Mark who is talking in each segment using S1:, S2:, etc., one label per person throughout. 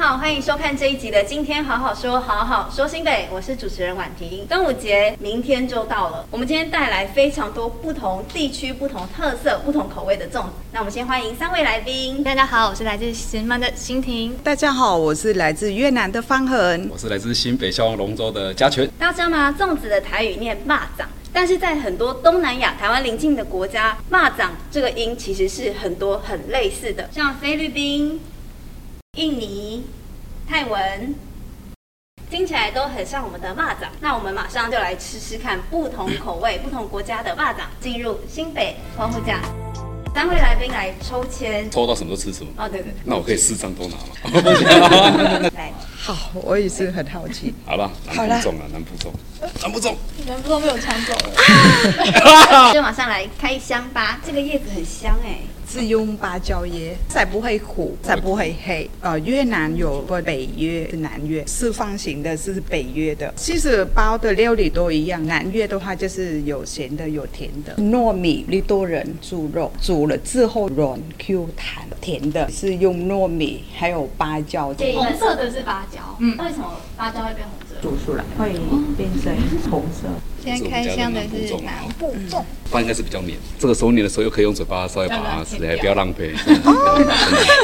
S1: 好，欢迎收看这一集的《今天好好说》，好好说新北，我是主持人婉婷。端午节明天就到了，我们今天带来非常多不同地区、不同特色、不同口味的粽子。那我们先欢迎三位来宾。
S2: 大家好，我是来自石门的欣婷。
S3: 大家好，我是来自越南的方恒。
S4: 我是来自新北消防龙舟的嘉全。
S1: 大家知道吗？粽子的台语念“蚂蚱”，但是在很多东南亚、台湾邻近的国家，“蚂蚱”这个音其实是很多很类似的，像菲律宾、印尼、泰文，听起来都很像我们的蚂蚱。那我们马上就来吃吃看不同口味、不同国家的蚂蚱。进入新北澎湖家，三位来宾来抽签。
S4: 抽到什么就吃什么，
S1: 哦，对对
S4: 那我可以四张都拿吗？
S1: 对，来，
S3: 好，我也是很好奇。
S4: 好了，南部中啊，南部中，南部中，
S2: 全部都被我抢走了。
S1: 就马上来开箱吧。这个叶子很香哎、
S3: 是用芭蕉叶，才不会苦，才不会黑。呃，越南有个北越、南越，四方形的是北越的。其实包的料理都一样，南越的话就是有咸的，有甜的。糯米绿豆仁猪肉煮了之后软 Q 弹，甜的是用糯米还有芭蕉
S1: 建议
S2: 红色的是芭蕉，嗯，为什么芭蕉会变红色？
S3: 煮出来，会变成红色。
S4: 现在开箱的是南啊
S2: 部粽，
S4: 它应该是比较黏。这个时候黏的时候，又可以用嘴巴稍微把它吃，哎不要哦浪费。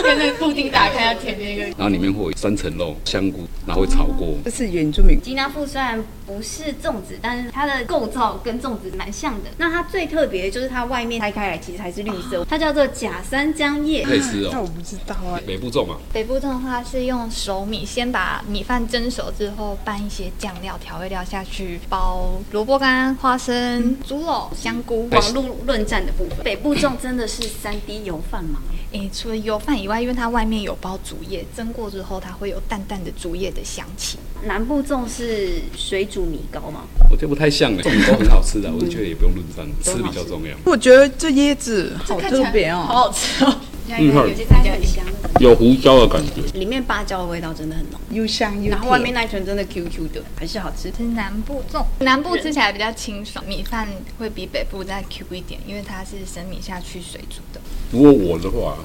S2: 跟那个布丁打开要舔那个。
S4: 然后里面会有三层肉、香菇，然后会炒过。
S3: 这是原住民
S1: 吉拿富虽然不是粽子，但是它的构造跟粽子蛮像的。那它最特别的就是它外面拆开来其实还是绿色，它叫做假三江叶。
S4: 哦可以吃
S3: 那
S4: 哦，
S3: 我不知道啊，
S4: 北部粽嘛，
S2: 北部粽的话是用熟米，先把米饭蒸熟之后，拌一些酱料、调味料下去，包萝卜干、花生、猪肉、香菇。
S1: 网络论战的部分，北部粽真的是三 D 油饭吗？
S2: 诶，除了油饭以外，因为它外面有包竹叶，蒸过之后它会有淡淡的竹叶的香气。
S1: 南部粽是水煮米糕吗？
S4: 我觉得不太像哎，粽子都很好吃的，我就觉得也不用论战，吃比较重要。
S3: 我觉得这椰子好特别哦，
S2: 好吃哦！
S4: 嗯，
S1: 有些菜很香，
S4: 有胡椒的感觉。
S1: 里面芭蕉的味道真的很浓，
S3: 又香又甜。
S1: 然后外面那一层真的 QQ 的，还是好吃。
S2: 是南部粽，南部吃起来比较清爽，米饭会比北部再 Q 一点，因为它是生米下去水煮的。
S4: 如果我的话，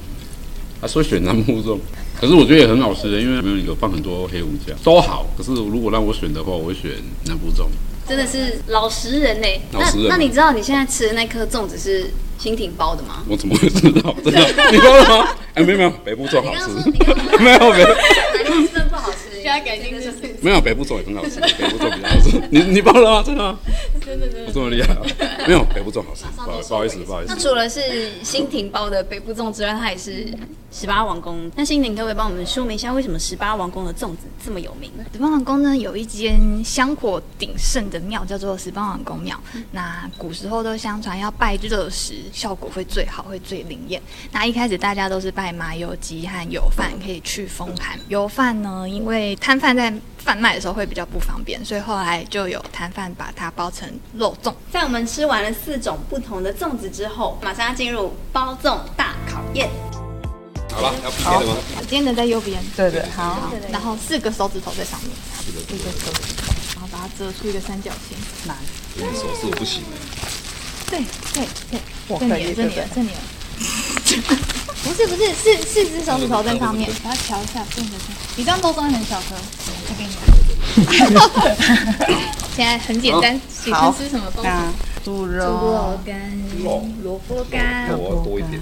S4: 他说选南木粽，可是我觉得也很好吃的，因为里面有放很多黑胡椒，都好。可是如果让我选的话，我会选南木粽。
S1: 真的是老实人呢、
S4: 老实人
S1: 那那你知道你现在吃的那颗粽子是新挺包的吗？
S4: 我怎么会知道？真的？你说了吗？哎、没有没有， 北部粽好吃。没有没有
S1: 南部真的不好吃，现在
S2: 改进就是
S4: 没有，北部粽也很好吃，北部粽比较好 吃。你你包了吗？真的吗？真的真的。我这么厉害、啊？没有，北部粽好 吃。不好不好意思不好意思
S1: 那。除了是新亭包的北部粽之外，它也是十八王宫。那新亭可不可以帮我们说明一下，为什么十八王宫的粽子这么有名？
S2: 十八王宫呢有一间香火鼎盛的庙，叫做十八王宫庙。那古时候都相传要拜热食，效果会最好，会最灵验。那一开始大家都是拜麻油鸡和油饭，可以去风寒。油饭呢，因为摊贩在贩卖的时候会比较不方便，所以后来就有摊贩把它包成肉粽。
S1: 在我们吃完了四种不同的粽子之后，马上要进入包粽大考验。
S4: 好了，要拍了吗？
S2: 我今天的在右边，
S3: 对对，好，
S2: 然后四个手指头在上面，四个手指头，然后把它折出一个三角形。
S3: 难，
S4: 你手势嗯我不行了。
S2: 对对对，
S3: 我
S2: 这
S3: 可
S2: 里
S3: 以
S2: 有这
S3: 对
S2: 里
S3: 不
S2: 有
S3: 对？
S2: 这里有。不是不是，是四只手指头在上面，把它调一下，变成比这样多装一点小颗，我给你 拿。现在很简单，喜欢吃什么东西？
S3: 那猪肉，
S2: 干
S4: 肉、
S2: 萝卜干
S4: 那我要多一点。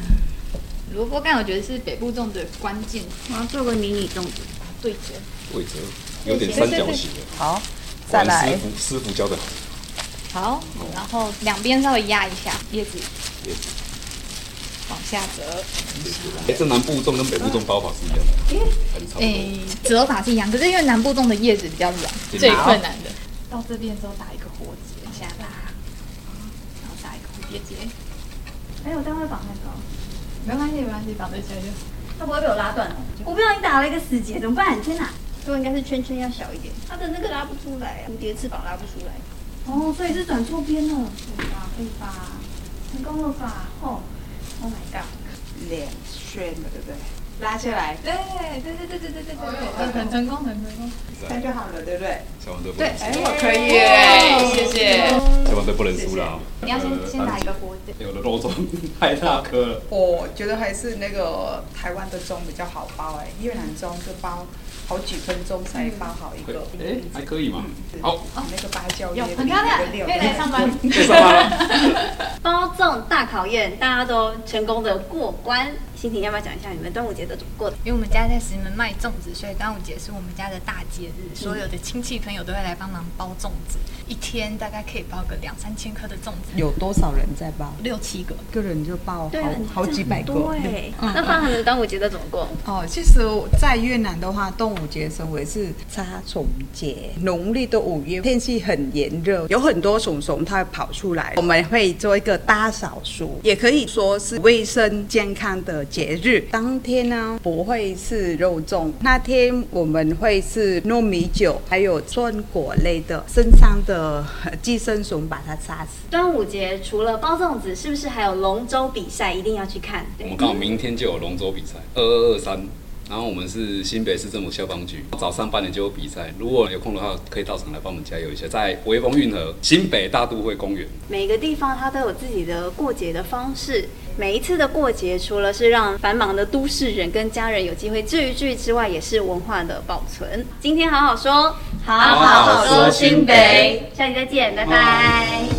S2: 萝卜干我觉得是北部粽的关键
S1: 我要做个迷你粽子，
S2: 对决。
S4: 魏哲有点三角形的，
S3: 好，
S4: 果
S3: 再
S4: 然师
S3: 来，
S4: 傅师傅教的好。
S2: 好，然后两边稍微压一下，叶子往下折。
S4: 哎、这南部粽跟北部粽包法是一样的，很差不多。
S2: 诶，哎折法是一样，可是因为南部粽的叶子比较软，
S4: 对
S2: 最困难的。到这边之后打一个活结，往下拉，然后打一个蝴蝶结。哎，我待会绑太高，没关系，没关系，绑得起来就。
S1: 它不会被我拉断哦。我不小心打了一个死结，怎么办？天哪！
S2: 这应该是圈圈要小一点。
S1: 它的那个拉不出来、啊蝴蝶翅膀拉不出来。哦，所以是转错边了。对吧？可以吧？成功了吧？哦，Oh my god！
S3: 两圈对不对？拉下来，
S5: 对对对对对对对对，很成功，很成功。
S3: 这哎样就好了，对不对？
S4: 小王队不能输，
S3: 哎，我可以
S5: 耶，
S3: 耶，
S5: 谢谢。
S4: 小王队不能输了啊！
S2: 你要先先打一个火
S4: 哎我的肉粽 太大颗了，
S3: 我觉得还是那个台湾的钟比较好包哎，越南钟就包好几分钟才包好一
S4: 会
S3: 个。
S4: 哎，还可以嘛。
S2: 嗯
S4: 好，
S3: 那个芭蕉叶
S5: 很漂亮，可以来上班。
S4: 介绍吧。
S1: 包粽大考验，大家都成功的过关。欣婷要不要讲一下你们端午节都怎么过的？
S2: 因为我们家在石门卖粽子，所以端午节是我们家的大节日，所有的亲戚朋友都会来帮忙包粽子，一天大概可以包个两三千颗的粽子，
S3: 有多少人在包？
S2: 六七个。
S3: 一个人就包
S1: 对
S3: 好好几百个。
S1: 对， 那包含了端午节都怎么过？
S3: 哦，其实，在越南的话，端午节的时候也是杀虫节，农历的五月，天气很炎热，有很多虫虫它会跑出来，我们会做一个大扫除，也可以说是卫生健康的节日。当天呢，不会是肉粽，那天我们会是糯米酒，还有酸果类的，身上的呃寄生虫把它杀 死。
S1: 端午节除了包粽子，是不是还有龙舟比赛？一定要去看。
S4: 我
S1: 对
S4: 们刚好明天就有龙舟比赛，二二二三。然后我们是新北市政府消防局，早上八点就有比赛，如果有空的话，可以到场来帮我们加油一下，在微风运河新北大都会公园。
S1: 每个地方它都有自己的过节的方式。每一次的过节，除了是让繁忙的都市人跟家人有机会聚一聚之外，也是文化的保存。今天好好说，好
S4: 好说新北，
S1: 下期再见，拜拜。